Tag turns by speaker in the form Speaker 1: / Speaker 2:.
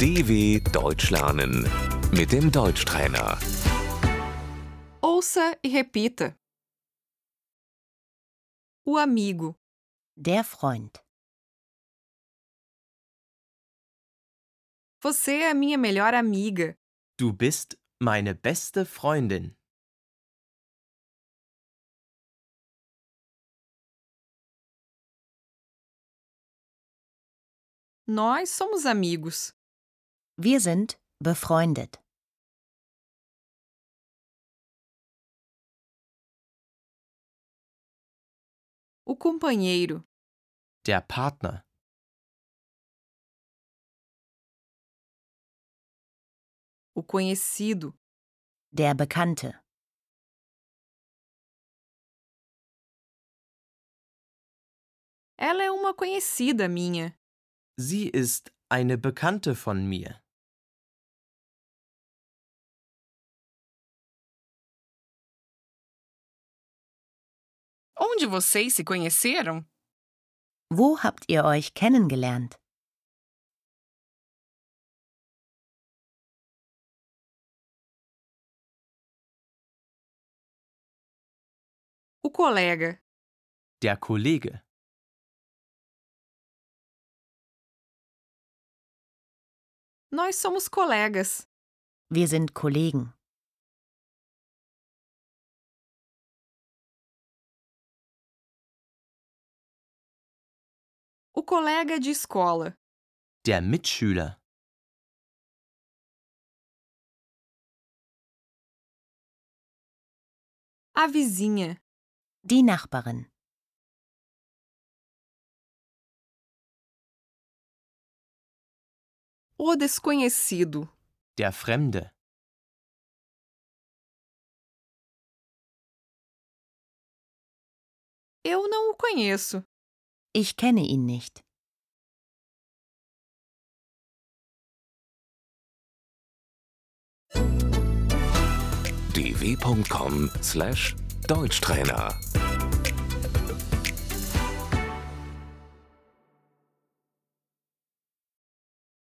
Speaker 1: DW Deutsch lernen mit dem Deutschtrainer.
Speaker 2: Ouça e repita. O amigo,
Speaker 3: Der Freund.
Speaker 2: você é a minha melhor amiga.
Speaker 4: Du bist meine beste Freundin.
Speaker 2: Nós somos amigos.
Speaker 3: Wir sind befreundet.
Speaker 2: O companheiro,
Speaker 4: Der Partner.
Speaker 2: o conhecido,
Speaker 3: Der Bekannte.
Speaker 2: ela é uma conhecida minha.
Speaker 4: Sie ist eine Bekannte von mir.
Speaker 2: Onde vocês se conheceram?
Speaker 3: Wo habt ihr euch kennengelernt?
Speaker 2: O colega,
Speaker 4: Der Kollege.
Speaker 2: nós somos colegas.
Speaker 3: Wir sind Kollegen.
Speaker 2: O colega de escola,
Speaker 4: Der Mitschüler.
Speaker 2: a vizinha,
Speaker 3: Die Nachbarin.
Speaker 2: o desconhecido,
Speaker 4: Der Fremde.
Speaker 2: eu não o conheço.
Speaker 3: Ich kenne ihn nicht.
Speaker 1: dw.com/deutschtrainer